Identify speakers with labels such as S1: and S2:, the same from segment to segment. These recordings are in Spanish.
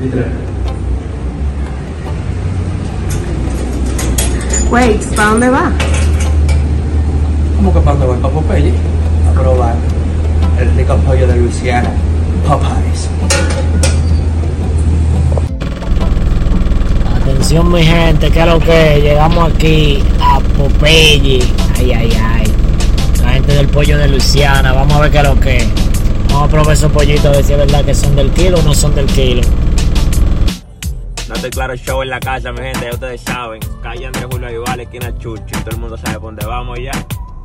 S1: Literal.
S2: Wait, ¿para dónde va?
S1: ¿Cómo que cuando voy para Popeye? A probar el rico pollo de Luisiana, Popeyes.
S3: Atención mi gente, que lo que llegamos aquí a Popeye. Ay, ay, ay. La gente del pollo de Luisiana, vamos a ver qué es lo que. Vamos a probar esos pollitos a ver si es verdad que son del kilo o no son del kilo.
S4: No estoy claro show en la casa, mi gente, ya ustedes saben. Calle Andrés Julio Ayuval, esquina Chucho. Todo el mundo sabe por dónde vamos ya.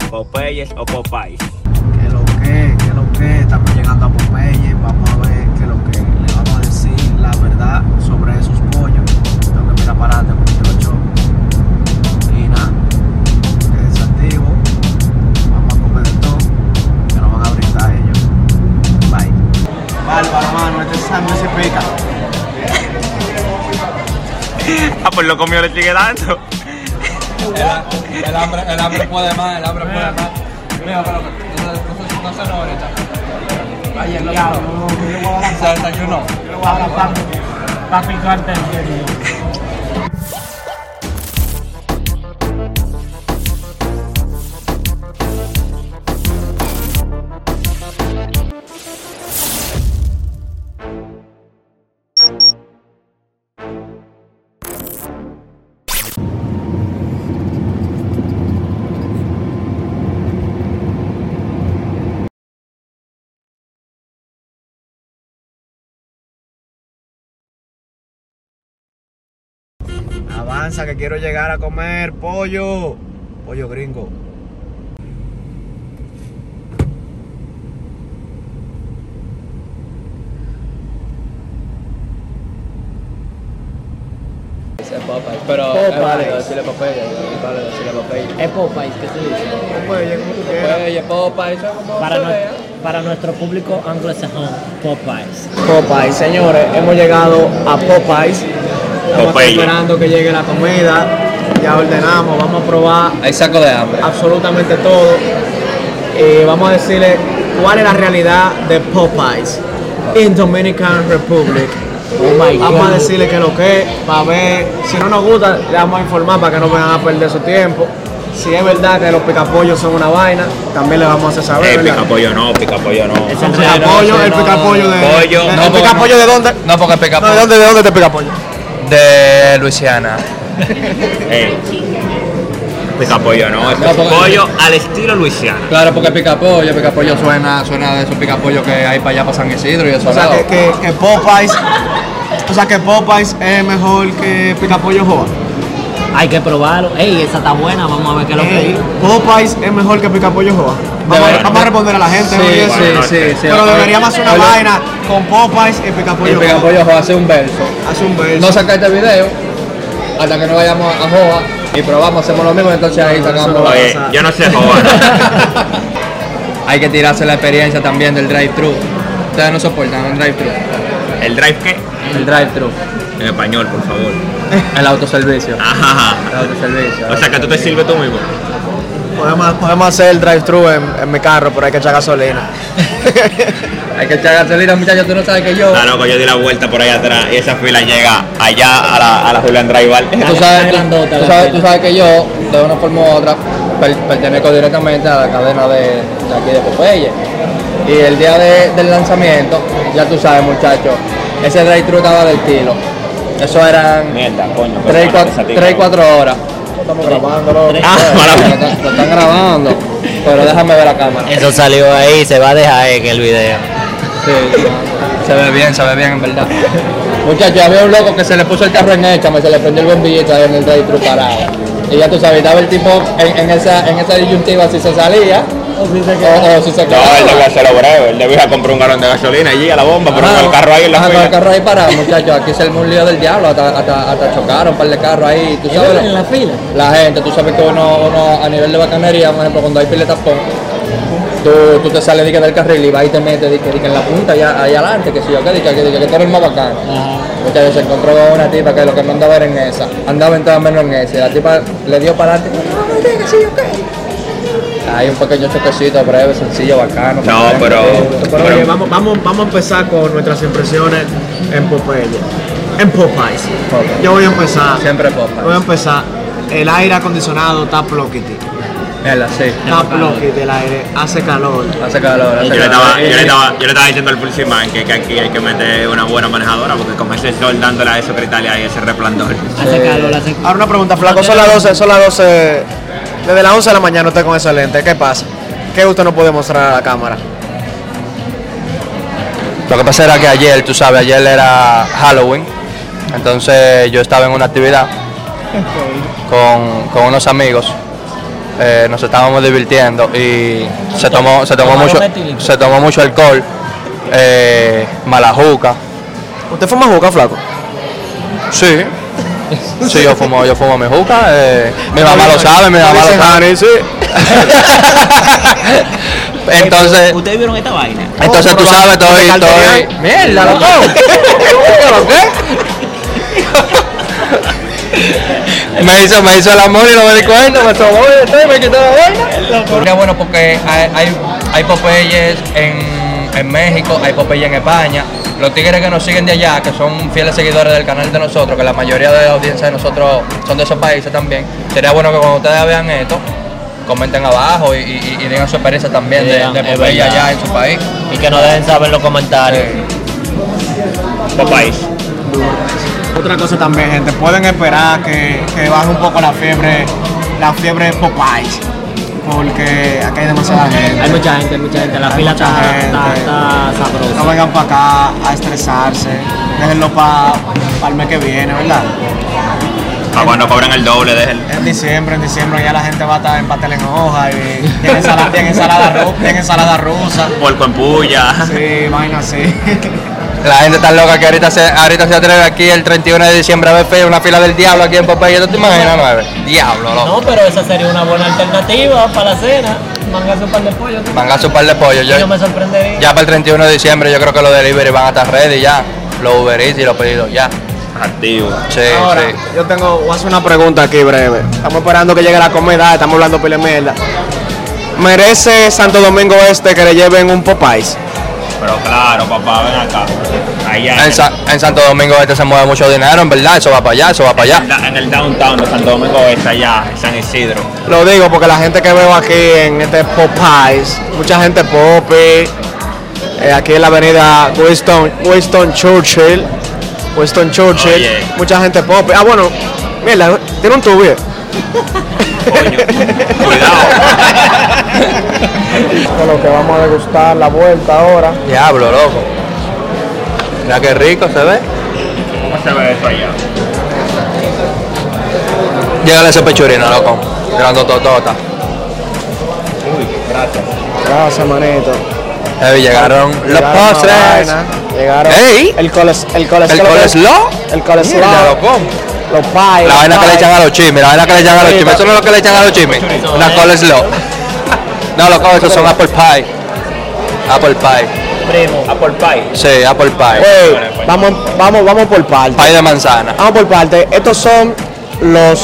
S4: Popeyes o Popeyes.
S5: que lo que, que lo que, estamos llegando a Popeye, vamos a ver qué lo que, le vamos a decir la verdad sobre esos pollos, tengo que mirar para adelante porque yo lo choco, y nada, que desactivo, vamos a comer de todo, que nos van a brindar ellos, bye. Bárbaro, mano, este sándwich se pica.
S4: Ah, pues lo comió le sigue dando.
S1: El, hambre, el hambre puede más, el hambre puede más. Mira, pero no, no se no ahorita. Ay, el diablo. ¿Sabes a no?
S3: Papi, corta el
S5: Avanza que quiero llegar a comer pollo, pollo gringo.
S4: Pero
S3: es válido
S4: decirle Popeyes, es válido decirle Popeyes.
S3: Es Popeyes, ¿qué se dice?
S5: Popeye, como tú quieras.
S4: Popeyes, Popeyes,
S3: Para, nue- para nuestro público anglosajón, Popeyes.
S5: Popeyes, señores, hemos llegado a Popeyes. Estamos
S4: Popeye.
S5: esperando que llegue la comida. Ya ordenamos, vamos a probar
S4: Hay saco de hambre.
S5: absolutamente todo. Y vamos a decirle cuál es la realidad de Popeyes en Dominican Republic.
S3: Oh my
S5: Vamos a
S3: God.
S5: decirle que lo que es, para ver, si no nos gusta, le vamos a informar para que no vayan a perder su tiempo. Si es verdad que los picapollos son una vaina, también le vamos a hacer saber. ¿verdad?
S4: pollo no, pica pollo no.
S3: Es
S5: El
S3: el
S5: picapollo, el picapollo de.
S4: Pollo,
S5: de-
S4: no,
S5: ¿El
S4: porque
S5: picapollo de dónde?
S6: No, porque pica
S5: No, ¿de dónde, de dónde te picapollo?
S6: de Luisiana.
S4: eh, pica pollo no,
S6: No, porque-
S4: pollo al estilo Luisiana.
S6: Claro, porque pica pollo, pica pollo suena, suena de esos pica pollo que hay para allá para San Isidro y eso.
S5: O sea, que, que, que Popeyes. O sea, que Popeyes es mejor que Picapollo Joa.
S3: Hay que probarlo. Ey, esa está buena, vamos a ver qué es lo que
S5: Ey, Popeyes es mejor que Picapollo Joa. Vamos, a-
S6: verdad.
S5: vamos a responder a la gente. ¿no? Y
S6: Sí,
S5: eso.
S6: sí, sí, sí.
S5: Pero deberíamos hacer una vaina con Popeyes y
S6: Y
S5: Picapollo
S6: pica
S5: Joa.
S6: pollo Joa hace un verso.
S5: Hace un verso.
S6: No saca este video hasta que no vayamos a Joa y probamos, hacemos lo mismo, entonces ahí sacamos.
S5: no.
S4: Oye, yo no sé joder.
S6: Hay que tirarse la experiencia también del drive-thru. Ustedes no soportan el drive-thru.
S4: ¿El drive qué?
S6: El drive-thru.
S4: En español, por favor.
S6: El autoservicio. El
S4: Ajá.
S6: autoservicio.
S4: O sea que tú te sirves tú mismo.
S5: podemos, podemos hacer el drive-thru en, en mi carro, pero hay que echar gasolina.
S6: Hay que echar gasolina, muchachos, tú no sabes que yo.
S4: Está loco, yo di la vuelta por ahí atrás y esa fila llega allá a la, a la Julián Drive.
S6: Tú
S3: Está
S6: sabes,
S3: grandota
S6: tú
S3: la
S6: sabes,
S3: fila.
S6: tú sabes que yo, de una forma u otra, per- pertenezco directamente a la cadena de, de aquí de Popeye. Y el día de- del lanzamiento, ya tú sabes, muchachos, ese drive-thru estaba del kilo. Eso eran
S4: Mierda, coño.
S6: 3
S4: pues,
S6: y 4 horas. Estamos grabándolo.
S4: Ah,
S6: lo,
S4: para-
S6: están, lo están grabando. Pero déjame ver la cámara.
S3: Eso salió ahí, se va a dejar en el video.
S6: Sí, no, se ve bien, se ve bien en verdad. Muchachos, había un loco que se le puso el carro en échame, se le prendió el bombillito ahí en el drive-thru parado. Y ya tú sabes, estaba el tipo en, en esa, en esa disyuntiva si se salía o si se quedaba.
S4: No, él debió hacerlo breve. Él debió comprar un galón de gasolina allí a la bomba, pero
S6: Ajá,
S4: con el carro ahí en la
S6: ajá, con Ah, el
S4: fila.
S6: carro ahí parado, muchachos. Aquí se armó un lío del diablo, hasta, hasta, hasta chocaron un par de carros ahí. ¿Tú sabes?
S3: en la fila?
S6: La gente, tú sabes que uno, uno a nivel de bacanería, por ejemplo, cuando hay piletas pon, tú, tú te sales dique, del carril y vas y te metes dique, dique, en la punta, allá, allá adelante, que si yo, que dique, que dique, que tú eres el más bacán.
S3: Ah,
S6: Muchas veces encontró con una tipa que lo que no andaba era en esa, andaba en todo menos en esa, y la tipa le dio para adelante. Hay un pequeño choquecito breve, sencillo, bacano.
S4: No, pero-
S5: Pero oye, vamos, vamos, vamos a empezar con nuestras impresiones en Popeye. en Popeyes.
S6: Popeyes.
S5: Yo voy a empezar.
S6: Siempre Popeyes.
S5: Voy a empezar. El aire acondicionado está ploquiti.
S6: Mierda, sí.
S5: Está ploquiti el aire. Hace calor.
S6: Hace calor, hace
S4: Ah, Yo le,
S6: calor.
S4: estaba, yo,
S6: Y-
S4: le estaba, yo le estaba diciendo al policimán que, que aquí hay que meter una buena manejadora porque con ese sol dándole a esos cristales y ese resplandor.
S3: Hace calor, hace
S5: Ahora una pregunta, flaco. Son las 12, son las 12. Desde las 11 de la mañana usted con esa lente. ¿Qué pasa? ¿Qué usted no puede mostrar a la cámara?
S6: Lo que pasa era que ayer, tú sabes, ayer era Halloween, entonces yo estaba en una actividad con, con unos amigos, eh, nos estábamos divirtiendo y se tomó, se tomó
S3: Tomaron
S6: mucho,
S3: metílico.
S6: se tomó mucho alcohol, eh, malajuca,
S5: ¿Usted fuma juca, flaco?
S6: sí, sí yo fumo, yo fumo mi juca, eh, mi mamá lo sabe, mi mamá lo sabe,
S5: Honey, sí.
S6: entonces,
S2: ¿Ustedes vieron esta vaina?
S6: entonces tú sabes, estoy, estoy, mierda, loco, me hizo, me hizo el amor y no me di cuenta, me tomó y estoy, me quitó la vaina. Porque bueno, porque hay, hay, hay Popeyes en, en México, hay Popeyes en España. Los tigres que nos siguen de allá, que son fieles seguidores del canal de nosotros, que la mayoría de la audiencia de nosotros son de esos países también, sería bueno que cuando ustedes vean esto, comenten abajo y, y- y digan su experiencia también de,
S3: Digan,
S6: de
S3: es
S6: Popeye
S3: verdad.
S6: allá en su país.
S3: Y que nos dejen saber en los comentarios.
S6: Eh,
S4: Popeyes.
S5: Otra cosa también, gente, pueden esperar que, que baje un poco la fiebre, la fiebre de Popeyes, porque aquí hay demasiada gente.
S3: Hay mucha gente, mucha gente. La
S5: Hay
S3: fila
S5: mucha
S3: está,
S5: gente.
S3: está, está
S5: No
S3: sabrosa.
S5: vengan para acá a estresarse, déjenlo para el mes que viene, ¿verdad?
S4: Para cuando cobran el doble, déjenlo.
S5: En diciembre, en diciembre ya la gente va a estar en pastel en hoja y tienen ensalada, tienen ensalada, ru- tienen ensalada rusa.
S4: Puerco en puya.
S5: Sí, vaina así.
S6: La gente está loca que ahorita se, ahorita se atreve aquí el 31 de diciembre a ver fe- una fila del diablo aquí en Popeye. ¿Tú te imaginas, nueve? Diablo, loco.
S3: No, pero esa sería una buena alternativa para la cena. Mangas un par de pollo. tú.
S6: Mangazo un par de pollo. Yo,
S3: Yo me sorprendería.
S6: ya para el 31 de diciembre yo creo que los delivery van a estar ready ya. Los Uber Eats y los pedidos ya.
S4: Activo.
S6: Sí,
S5: Ahora,
S6: sí.
S5: yo tengo, voy a hacer una pregunta aquí breve. Estamos esperando que llegue la comida, estamos hablando pile mierda. ¿Merece Santo Domingo Este que le lleven un Popeyes?
S4: Pero claro, papá, ven acá. Allá.
S6: En, Sa- en Santo Domingo este se mueve mucho dinero, en verdad. Eso va para allá, eso va para allá.
S4: En el downtown de Santo Domingo Oeste, allá, en San Isidro.
S5: Lo digo porque la gente que veo aquí en este Popeyes, mucha gente popi, eh, aquí en la avenida Winston, Winston Churchill, Winston Churchill,
S4: Oye.
S5: mucha gente popi. Ah, bueno, mierda, tiene un tubo. eh.
S4: Coño, cuidado.
S5: Con lo que vamos a degustar la vuelta ahora.
S6: Diablo, loco. Mira qué rico se ve.
S4: ¿Cómo se ve eso allá?
S6: Llegale ese pechurino, loco. Grande totota.
S5: Gracias, manito.
S6: Ahí llegaron los
S5: Llegaron más
S6: postres.
S5: vaina, Llegaron.
S6: eh. ¡Ey!
S5: El coles, el coles,
S6: El coleslaw.
S5: El coleslaw.
S6: Mierda, loco.
S5: Los pies.
S6: La vaina que le echan a los chimis, la vaina que le echan a los chimis, eso no es lo que le echan a los chimis, una coleslaw. No, loco, esos son apple pie. Apple pie.
S3: Primo.
S4: Apple pie.
S6: Sí, apple pie.
S5: Ey, vamos, vamos, vamos por parte.
S6: Pie de manzana.
S5: Vamos por parte. Estos son los.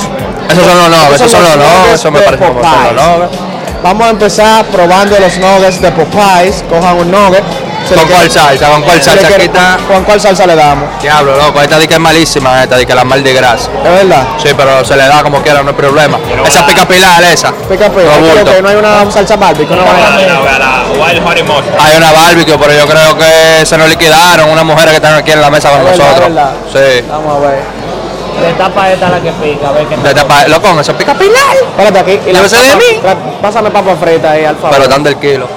S6: Esos son los nuggets, esos son los nuggets, eso me parece como son los nuggets.
S5: Vamos a empezar probando los nuggets de Popeyes. Cojan un nugget. Se le
S6: ¿Con cuál
S5: quiere-
S6: salsa? ¿Con cuál
S5: se le
S6: salsa
S5: quiere-
S6: quita?
S5: ¿Con cuál salsa le damos?
S6: Diablo, loco, esta di que es malísima, esta di que la mal de grasa.
S5: ¿De verdad?
S6: Sí, pero se le da como quiera, no hay problema. Esa pica pilar, esa.
S5: Pica
S6: No
S5: pero creo
S6: bulto.
S5: que no hay una salsa barbecue. una
S4: Voy a
S5: vaina.
S4: la- voy a la Wild Honey Mustard.
S6: Hay una barbecue, pero yo creo que se nos liquidaron unas mujeres que están aquí en la mesa con
S5: Es verdad,
S6: nosotros.
S5: es
S6: Sí.
S5: Vamos a ver.
S3: Destapa esta la que pica. A ver qué tal.
S6: De tapa- Loco, eso pica pilar.
S5: Espérate aquí. y la
S6: Llévese de
S5: papa-
S6: mí.
S5: la- Pásame papa frita ahí, al favor.
S6: Pero dando el kilo.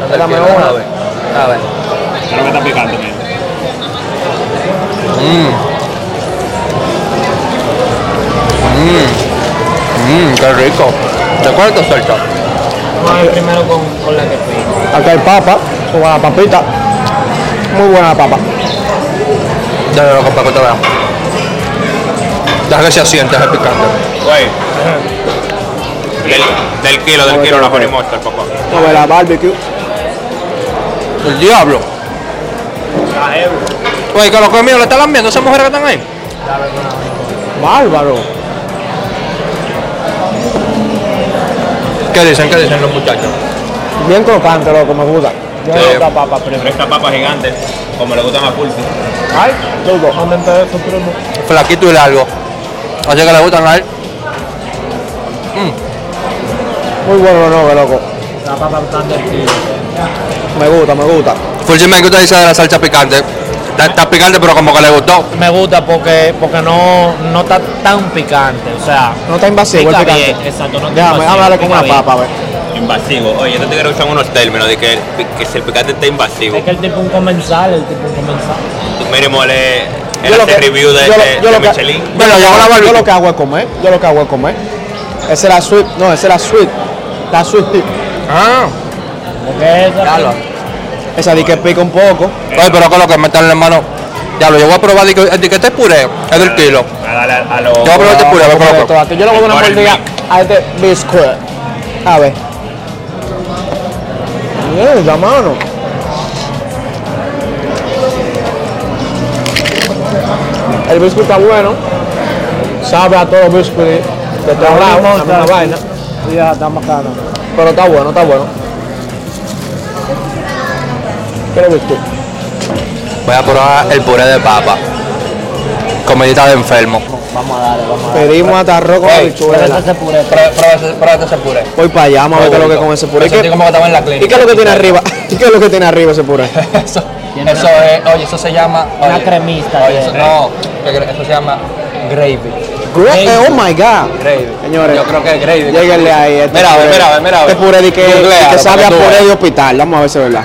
S6: Dando el
S5: Dame
S6: kilo,
S5: una.
S6: a ver. A ver.
S4: Creo que está picante, mira.
S6: Mm. Mmm, qué rico. ¿De cuánto suelto?
S3: Vamos a ir primero con, con la que pica.
S5: Acá hay papa, con la papita. Muy buena la papa.
S6: Dale loco para que te vea. Deja que se asiente, es picante.
S4: Güey. Del, del kilo, del kilo, la Honey Mustard, papá.
S5: Vamos a ver la barbecue.
S6: El diablo. Oye, que lo que mío le están viendo esas mujeres que están ahí.
S5: Bárbaro.
S6: ¿Qué dicen? ¿Qué dicen los muchachos? Eh,
S5: Bien crocante, loco, me gusta.
S2: Yo
S4: Sí.
S2: esta papa primo.
S4: Esta papa gigante, como le gustan a Pulsi.
S2: Ay, Lugo, ¿dónde está eso, primo?
S6: Flaquito y largo. Así que le gustan las.
S2: Muy bueno, no, loco.
S5: La papa está derretida.
S2: Me gusta, me gusta.
S6: Fulsi me gusta dice de la salsa picante. Está, está picante, pero como que le gustó.
S3: Me gusta porque, porque no, no está tan picante, o sea,
S2: No está invasivo
S3: Pica
S2: el picante.
S3: bien, exacto, no está
S2: Déjame,
S3: invasivo,
S2: déjame darle con
S3: pica
S2: una
S3: bien.
S2: papa, a ver.
S4: Invasivo. Oye, yo te quiero usar unos términos de que, el pi- que si el picante está invasivo.
S3: es que el tipo es un comensal, el tipo es un comensal.
S4: Tú mínimo le
S2: Yo
S4: el
S2: lo que-
S4: review de,
S2: yo lo-
S4: de-
S2: yo
S4: de
S2: lo que-
S4: Michelin.
S2: Yo,
S6: Bueno,
S2: lo-
S6: yo hago la
S2: yo
S6: barbe-
S2: lo que hago es comer. Yo lo que hago es comer. Esa era sweet. No, esa era sweet. La sweet tip.
S6: Ah,
S3: Porque es
S6: ya lo.
S2: Esa di que pica un poco.
S6: Oye, pero que lo que meterle en mano. Ya lo, yo voy a probar, digo, el este puré, es del kilo.
S4: A darle Ah, a, a los
S6: Yo voy a probar este puré, a ver,
S2: Vamos a comer
S6: pero-
S2: esto, aquí. Yo le voy a dar una
S4: Ahora el
S2: mordida a este biscuit. A ver. Mierda, mano. El biscuit está bueno. Sabe a todo biscuit que te hablaba, la misma vaina.
S5: Ya, está bacana.
S2: Pero está bueno, está bueno. Quiero biscuit.
S6: Voy a probar el puré de papa. Comidita de enfermo.
S3: Vamos a darle, vamos a darle.
S2: Pedimos hasta arroz con
S6: Ey,
S2: habichuela.
S3: Ese puré,
S6: Prueba ese puré.
S2: Voy para allá, vamos a ver qué es lo que con ese puré. ¿Y qué,
S6: como que estaba en la
S2: y qué es lo que tiene arriba? ¿Y qué es lo que tiene arriba ese puré?
S6: Eso, eso es, oye, eso se llama.
S3: Una
S6: oye,
S3: cremita
S6: Oye,
S3: de-
S6: eso, no, que cre- eso se llama gravy.
S2: Gra- eh, oh my god.
S6: Gravy.
S2: Señores.
S6: Yo creo que es gravy.
S2: Lléguenle ahí. Este
S6: Mira, a ver,
S2: puré.
S6: mira, a ver, mira, a ver.
S2: Este puré de que,
S6: Googlealo
S2: de que
S6: para
S2: sabe
S6: que
S2: a
S6: tú
S2: puré
S6: veas.
S2: de hospital. Vamos a ver si es verdad.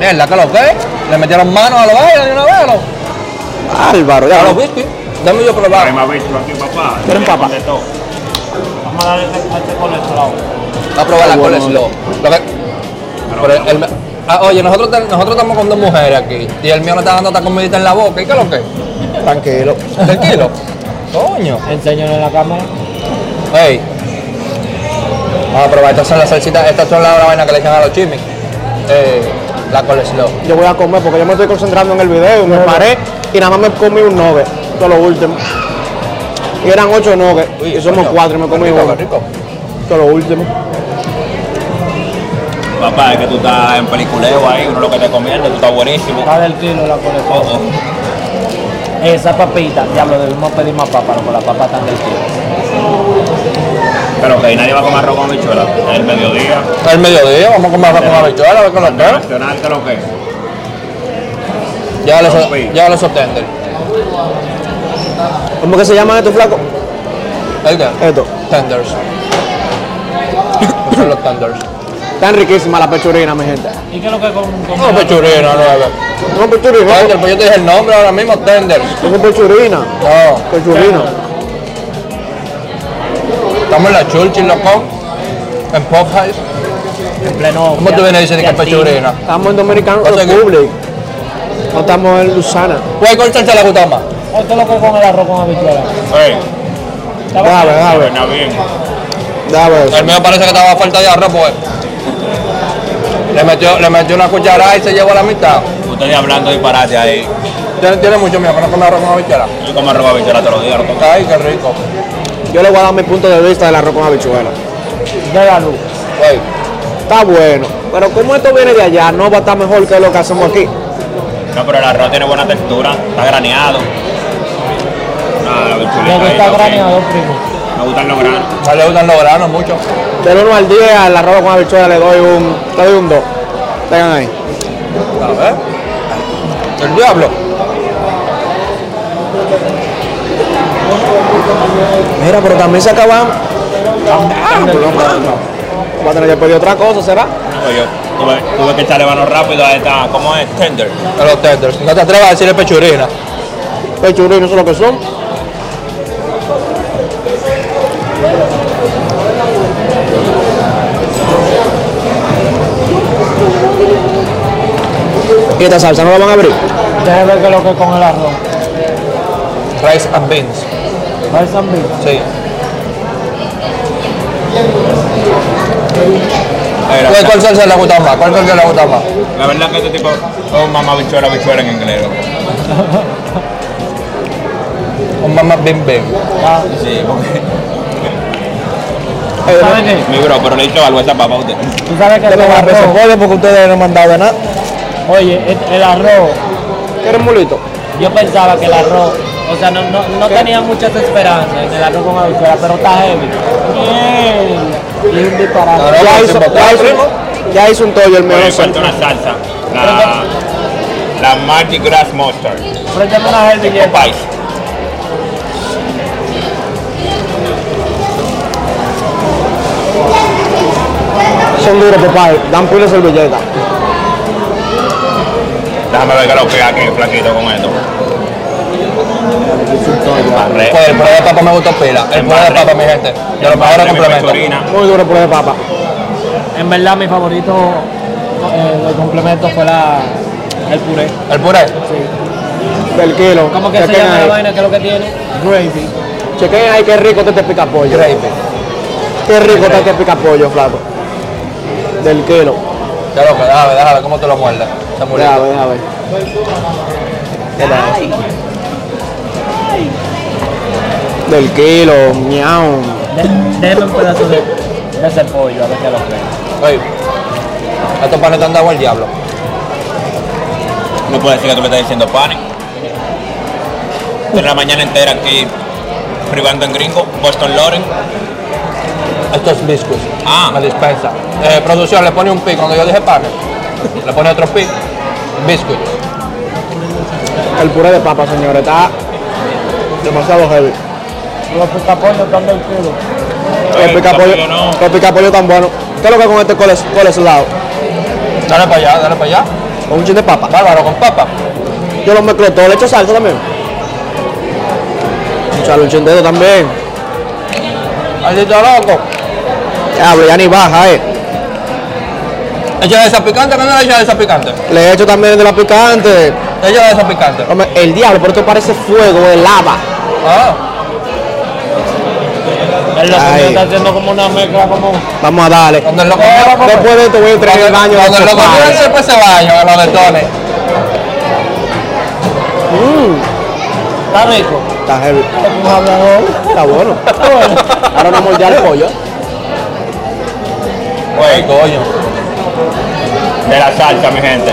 S6: Mierda, que lo que le metieron manos a los bailes de una vez a los-
S2: Álvaro, ya
S6: a los
S2: lo
S6: whisky. Dame yo probar.
S4: Prima bicho aquí, papá.
S2: Quieren papa.
S4: De todo.
S3: vamos a darle este, este colesterol.
S6: Voy a probar la cola slow. Lo que- pero el- el- ah, oye, nosotros, ten- nosotros estamos con dos mujeres aquí y el mío le está dando esta comidita en la boca. ¿Y qué es lo que?
S2: Tranquilo.
S6: Tranquilo. Coño.
S3: Enséñale la cámara.
S6: Ey. Vamos a probar. Estas son las salsitas, estas son las la vainas que le echan a los chimis. Eh, la cola slow.
S2: Yo voy a comer porque yo me estoy concentrando en el video. y Me paré y nada más me comí un nugget. Todo lo último. Y eran ocho nuggets.
S6: Uy,
S2: Y somos
S6: coño,
S2: cuatro y me
S6: qué
S2: comí
S6: rico,
S2: uno.
S6: qué rico.
S2: Todo lo último.
S4: Papá, es que tú estás en peliculeo ahí, uno lo que te comiendo, tú estás buenísimo.
S3: Está del kilo la
S4: Oh,
S3: colesterol.
S4: oh.
S3: Esa papita, diablo, debimos pedir más papa, porque la papa está del kilo.
S4: Pero que nadie va a comer arroz con bichuela. Es el mediodía.
S6: Al mediodía, vamos a comer arroz con habichuela, a ver qué es lo que es.
S4: Nacional, ¿qué es lo que es?
S6: Llévalo
S4: Con pi.
S6: eso- Llévalo esos tender.
S2: ¿Cómo que se llaman estos flacos?
S6: ¿El qué?
S2: Esto.
S6: Tenders. Esos son los tenders.
S2: Están riquísimas las pechurinas, mi gente.
S3: ¿Y qué es lo que con, con
S6: No, pechurina, nueve.
S2: No, pechurina.
S6: Tender, pues yo te dije el nombre ahora mismo, tenders.
S2: Tengo pechurina.
S6: No,
S2: Pechurina.
S6: estamos en la Churchill, loco. En Popeyes.
S3: en pleno?
S6: ¿Cómo tú vienes y dices que es
S3: Fiatino?
S6: pechurina?
S2: Estamos en Dominicano
S6: O sea que-
S2: Republic. No estamos en Lusana.
S6: ¿Cuál Pues, cuál salsa le gusta más?
S3: ¿O qué es lo que con el arroz con habichuela?
S4: Ey,
S3: Está
S2: Dame,
S3: bacano.
S2: dame,
S4: suena bien.
S2: dame eso.
S6: El mío parece que estaba a falta de arroz, pues. Le metió, le metió una cucharada y se llevó a la mitad.
S4: Ustedes hablando disparate ahí.
S6: Tiene, tiene mucho miedo que no come arroz con habichuela.
S4: Yo como arroz con bichuela todos los días, loco.
S6: Ay, qué rico.
S2: Yo le voy a dar mi punto de vista del arroz con habichuela.
S3: De la luz.
S6: Güey,
S2: Está bueno, pero como esto viene de allá, no va a estar mejor que lo que hacemos aquí.
S4: No, pero el arroz tiene buena textura, está graneado. Ah, Nada, la bichulita
S3: Le
S4: ahí,
S3: gusta
S4: ok.
S3: graneado, primo.
S4: Me gustan los granos.
S6: no le gustan los granos mucho.
S2: Del 1 al 10, al arroz con habichuela le doy un, le doy un 2. Tengan ahí.
S6: A ver. El diablo.
S2: Mira, pero también se acaban. Diablo, mano. Voy a tener que pedir otra cosa, ¿será?
S4: Oye, pues yo tuve, tuve que echarle mano rápido a esta, ¿cómo es? Tender.
S6: A los tenders. No te atrevas a decirle pechurina.
S2: Pechurinos son lo que son. ¿Y esta salsa no la van a abrir?
S3: Déjame ver qué es lo que con el arroz.
S6: Rice and beans.
S3: ¿Cuál es el
S6: Sí.
S4: Era-
S6: ¿Cuál, cuál salsa le gusta más? ¿Cuál salsa le gusta más?
S4: La verdad que este tipo es un mamá bichuela, bichuela en inglés. loco.
S6: Un mamá bim bim.
S4: Sí, porque
S2: Eh,
S3: ¿Sabes qué?
S4: Mi bro, pero le he dicho algo a esa papa a usted.
S3: Tú sabes que
S2: Usted
S3: el
S2: no va a
S6: Oh.
S3: arroz.
S2: resolver porque ustedes no me han dado de nada.
S6: Pues,
S3: Oye, el, el arroz.
S2: ¿Quieres mulito?
S3: Yo pensaba que el arroz. O sea, no, no, no tenía muchas esperanzas en el arroz con habichuela, pero está heavy. Bien. Y un disparate.
S6: Ahora
S2: Ya
S6: vamos
S2: hizo,
S6: a
S2: ya, hizo, ya hizo un tollo el mío.
S4: Me falta una salsa. La, la Mardi Gras Mustard.
S3: Préstame una heavy y el-
S4: Popeyes.
S2: Son duros, papá. eh. Dan pila de servilleta.
S4: Déjame ver qué lo que aquí, flaquito, con esto. Barre-
S6: Pues el puré de papa me gustó pila. El puré de
S4: Madre.
S6: papa, mi gente. De los mejores
S4: barre-
S6: complementos.
S4: pechorina.
S2: Muy duro por de papa.
S3: En verdad, mi favorito eh, de complemento fue la, el puré.
S6: El puré.
S2: Del kilo.
S3: ¿Cómo que se
S2: Chequen
S3: llama la
S2: ahí.
S3: vaina? ¿Qué es lo que tiene? Gravy.
S2: Chequen ahí qué rico te te pica pollo. Qué rico te te pica pollo, flaco. Del kilo.
S6: Ya lo que, déjame, déjame, cómo te lo muerdes. Ese puré.
S2: Déjame, déjame. Del kilo, miau.
S3: Déjeme un pedazo de, de ese pollo, a ver qué es lo que es.
S6: Oye, pues, estos panes te han dado al diablo.
S4: No puedes decir que tú me estás diciendo pane. De la mañana entera aquí, privando en gringo, Boston Loren.
S6: Estos biscuits.
S4: Ah.
S6: Me dispensa. Eh, producción, le pone un pi. Cuando yo dije panes, le pone otro pi. Biscuit.
S2: El puré de papa, señores, está demasiado heavy.
S3: Los picapollos están del culo.
S2: El
S4: Eh,
S2: picapollo,
S4: capullo no.
S2: el picapollo tan bueno. ¿Qué es lo que con este coles, coleslaw?
S6: Dale para allá, dale para allá.
S2: Con un chin de papa.
S6: Bárbaro, con papa.
S2: Yo lo mezclo todo, le echo salsa también. Echarle un chin de dedo también.
S6: Maldito loco.
S2: Diablo, ya ni baja, eh.
S6: Ella esa picante, ¿no? Ella esa picante.
S2: Le echo también de la picante.
S6: Ella esa picante.
S2: Hombre, el diablo, pero esto parece fuego de lava.
S6: Ah,
S3: El loco
S2: Ay.
S3: mío está haciendo como una mezcla como...
S2: Vamos a darle.
S6: cuando el loco
S2: Después de esto voy a entregar el baño a
S6: Cuando el
S2: estos
S6: loco
S2: padres.
S6: después se baña, pues a los detones.
S3: Uh. Está rico.
S2: Está heavy. Está bueno. Ahora no mordiar el pollo.
S4: Oye,
S6: Pues, Coño.
S4: de la salsa, mi gente.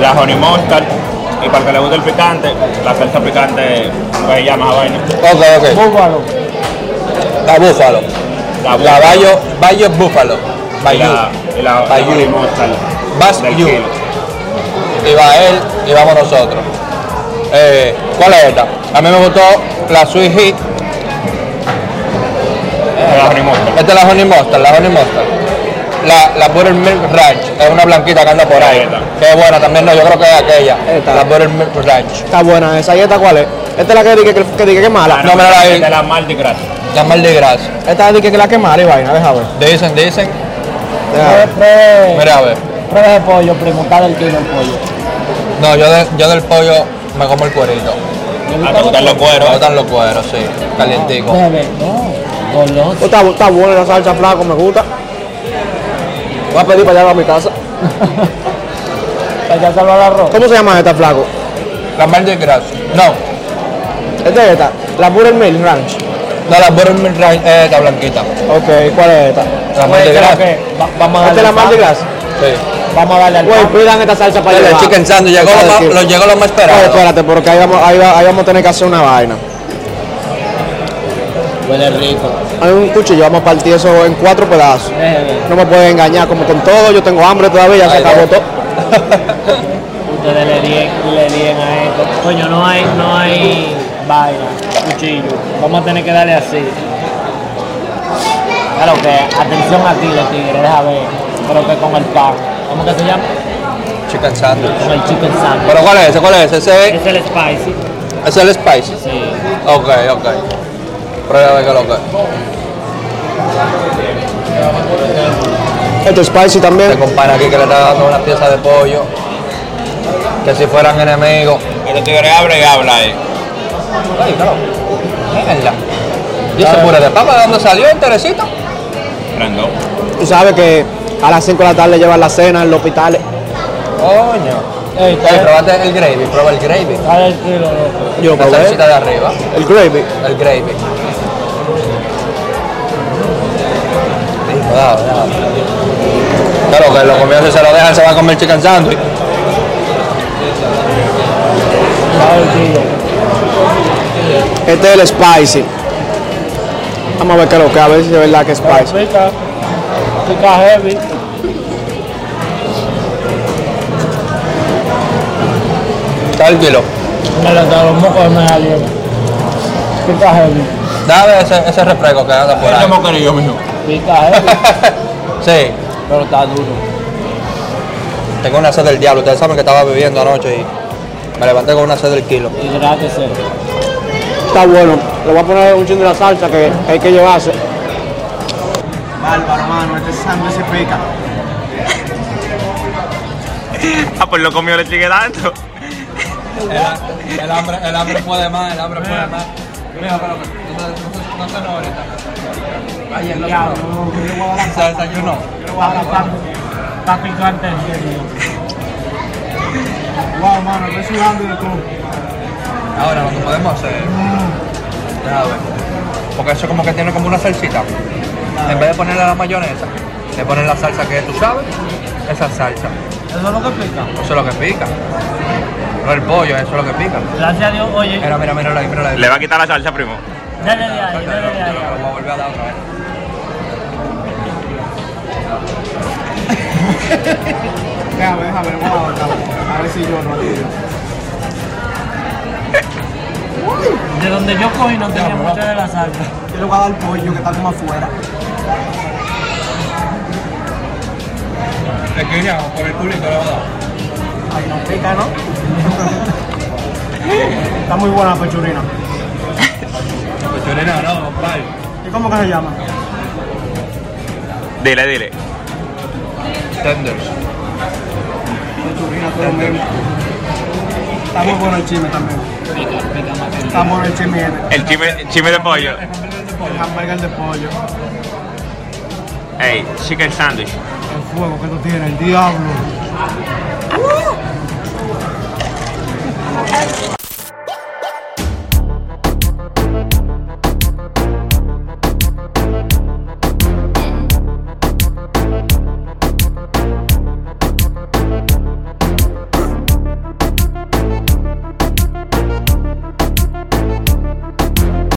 S4: La honey mustard. Y para el que le guste el picante, la salsa picante, ¿cómo se llama esa vaina?
S6: Ok, ok.
S3: Búfalo.
S6: La búfalo. La Bayo, Bayo Búfalo.
S4: y
S6: Bayou.
S4: la, y la, la
S6: Bayou.
S4: honey mustard.
S6: Vas
S4: del
S6: you.
S4: kilo.
S6: Y va él y vamos nosotros. Eh, ¿Cuál es esta? A mí me gustó la Sweet Heat.
S4: La honey mustard.
S6: Esta es la Honey Mustard, la Honey Mustard. La, la Buttermilk Ranch, es una blanquita que anda por ahí.
S4: Esta.
S6: Que es buena también, no, yo creo que es aquella.
S2: Esta.
S6: La Buttermilk Ranch.
S2: Está buena esa. ¿Y esta cuál es? Esta es la que dije que, que, dije que es mala.
S6: no, mira ahí.
S4: De la Mardi Gras.
S6: La mal de grasa.
S2: Esta dije que es la que es mala y vaina. Deja ver.
S6: Dicen, dicen.
S2: Deja ver.
S3: Pruebe
S6: Mira a ver.
S3: pruebe de pollo, primo. Está del kilo el pollo.
S6: No, yo, de- yo del pollo me como el cuerito.
S3: ¿Le
S4: A
S3: gusta
S4: tocar los
S3: mucho?
S6: Me
S4: cueros.
S6: gustan los cueros, sí. Calientico.
S3: Bebe, no. Goloso.
S2: Pues Está, bu- está buena la salsa flaco, me gusta. Voy a pedir para allá a mi casa.
S3: Para echárselo al arroz.
S2: ¿Cómo se llama esta flaco?
S6: La mal de grasa. No,
S2: Esta es esta. La Buttermilk Ranch.
S6: no, la Buttermilk Ranch es esta blanquita.
S2: Ok, ¿cuál es esta?
S6: La mal
S3: Pues,
S6: de
S3: ¿qué es lo
S6: grasa.
S3: que es? Va- vamos a
S2: Esta
S3: darle
S2: es la
S3: al
S2: más de
S3: pan.
S2: grasa.
S6: Sí.
S3: Vamos a darle al
S2: Güey,
S3: pan.
S2: pidan esta salsa para
S6: El
S2: llevar.
S6: chicken sandwich llegó
S2: Esta
S6: lo
S2: de
S6: más,
S2: aquí.
S6: lo- llegó lo más
S2: Oye,
S6: esperado.
S2: espérate, porque ahí vamos, ahí, va- ahí vamos a tener que hacer una vaina.
S3: Huele rico.
S2: Hay un cuchillo, vamos a partir eso en cuatro pedazos.
S3: Bebe.
S2: No me pueden engañar como con todo, yo tengo hambre todavía, ya se
S6: Ay,
S2: acabó
S6: Dios.
S2: todo.
S3: Ustedes le dien, le dien a esto. Coño, no hay, no hay vaina, cuchillo. Vamos a tener que darle así. Claro que, atención aquí los tigres, deja ver. Pero que con el pan. ¿Cómo que se llama?
S6: Chicken sandwich.
S3: Con el chicken sandwich.
S6: ¿Pero cuál es ese? ¿Cuál es ese? Ese es,
S3: Es el spicy.
S6: ese es el spicy.
S3: Sí.
S6: Ok, ok. Prueba a ver qué es lo que es.
S2: Esto es spicy también.
S6: Tengo un pan aquí que le está dando una pieza de pollo. Que si fueran enemigos.
S4: El tigre habla y habla eh.
S6: Ay, claro. Mierda. ¿Y ese puré de papa de dónde salió Teresito?
S4: Random.
S2: Tú sabes que a las 5 de la tarde llevan la cena en los hospitales.
S6: Coño.
S3: Ey,
S6: Oye,
S3: está
S6: probate el gravy, prueba el gravy.
S3: está del kilo, loco.
S2: Yo
S6: La
S2: probé
S6: salsita de arriba,
S2: el gravy.
S6: el gravy. Cuidado, cuidado. Claro que los comienzos se lo dejan, se van a comer chicken sandwich.
S2: Este es el spicy. Vamos a ver qué es lo que, a ver si es verdad que es spicy.
S3: Pica, pica heavy.
S6: Está el kilo.
S3: Me lo da los mocos me salieron. Pica heavy.
S6: Dame ese, ese refresco que anda por ahí.
S1: querido, mijo.
S3: Pica heavy.
S6: Sí,
S3: Pero está duro.
S6: tengo una sed del diablo. Ustedes saben que estaba bebiendo anoche y me levanté con una sed del kilo.
S3: Y gratis. eh.
S2: Está bueno. Le voy a poner un chin de la salsa que hay que llevarse.
S5: Bárbaro, mano, este sándwich se pica.
S4: Ah, pues lo comió, le sigue dando.
S1: El, el, hambre, el hambre puede más, el hambre puede más. Mijo, pero no se, no se, no se no ahorita. Ay, el diablo. Se desayunó.
S3: Está picante.
S5: Wow, mano, estoy sudando de todo.
S1: Ahora lo que podemos hacer.
S4: eh,
S1: Deja ver.
S4: Porque eso como que tiene como una salsita. En vez de ponerle la mayonesa, le ponen la salsa que tú sabes, esa salsa.
S5: Eso es lo que pica.
S4: Eso es lo que pica. No el pollo, eso es lo que pica.
S3: Gracias a Dios, oye,
S4: Mira, mira, mira, mira, mira.
S7: Le va a quitar la salsa, primo.
S3: dale de ahí, dale de ahí.
S4: Lo voy a volver a dar otra vez.
S5: Déjame, déjame, vamos a aguantar. A ver si yo no tiro.
S3: De donde yo cogí no tenía mucha de la salsa.
S5: Yo le voy a dar pollo que está como afuera.
S1: Te quería, por el público le voy a dar.
S5: Ay, no pica, ¿no? está muy buena la pechurina.
S1: Pechonera, no, compadre.
S5: ¿Y cómo que se llama?
S7: Dile, dile.
S4: Tenders.
S5: Pechurina, todo lo mismo. Está muy bueno el chisme también. Está muy bueno el chisme. este.
S7: El chime, chime de pollo.
S5: El hamburger de pollo.
S7: Ey, chicken sandwich.
S5: El fuego que tú tienes, el diablo.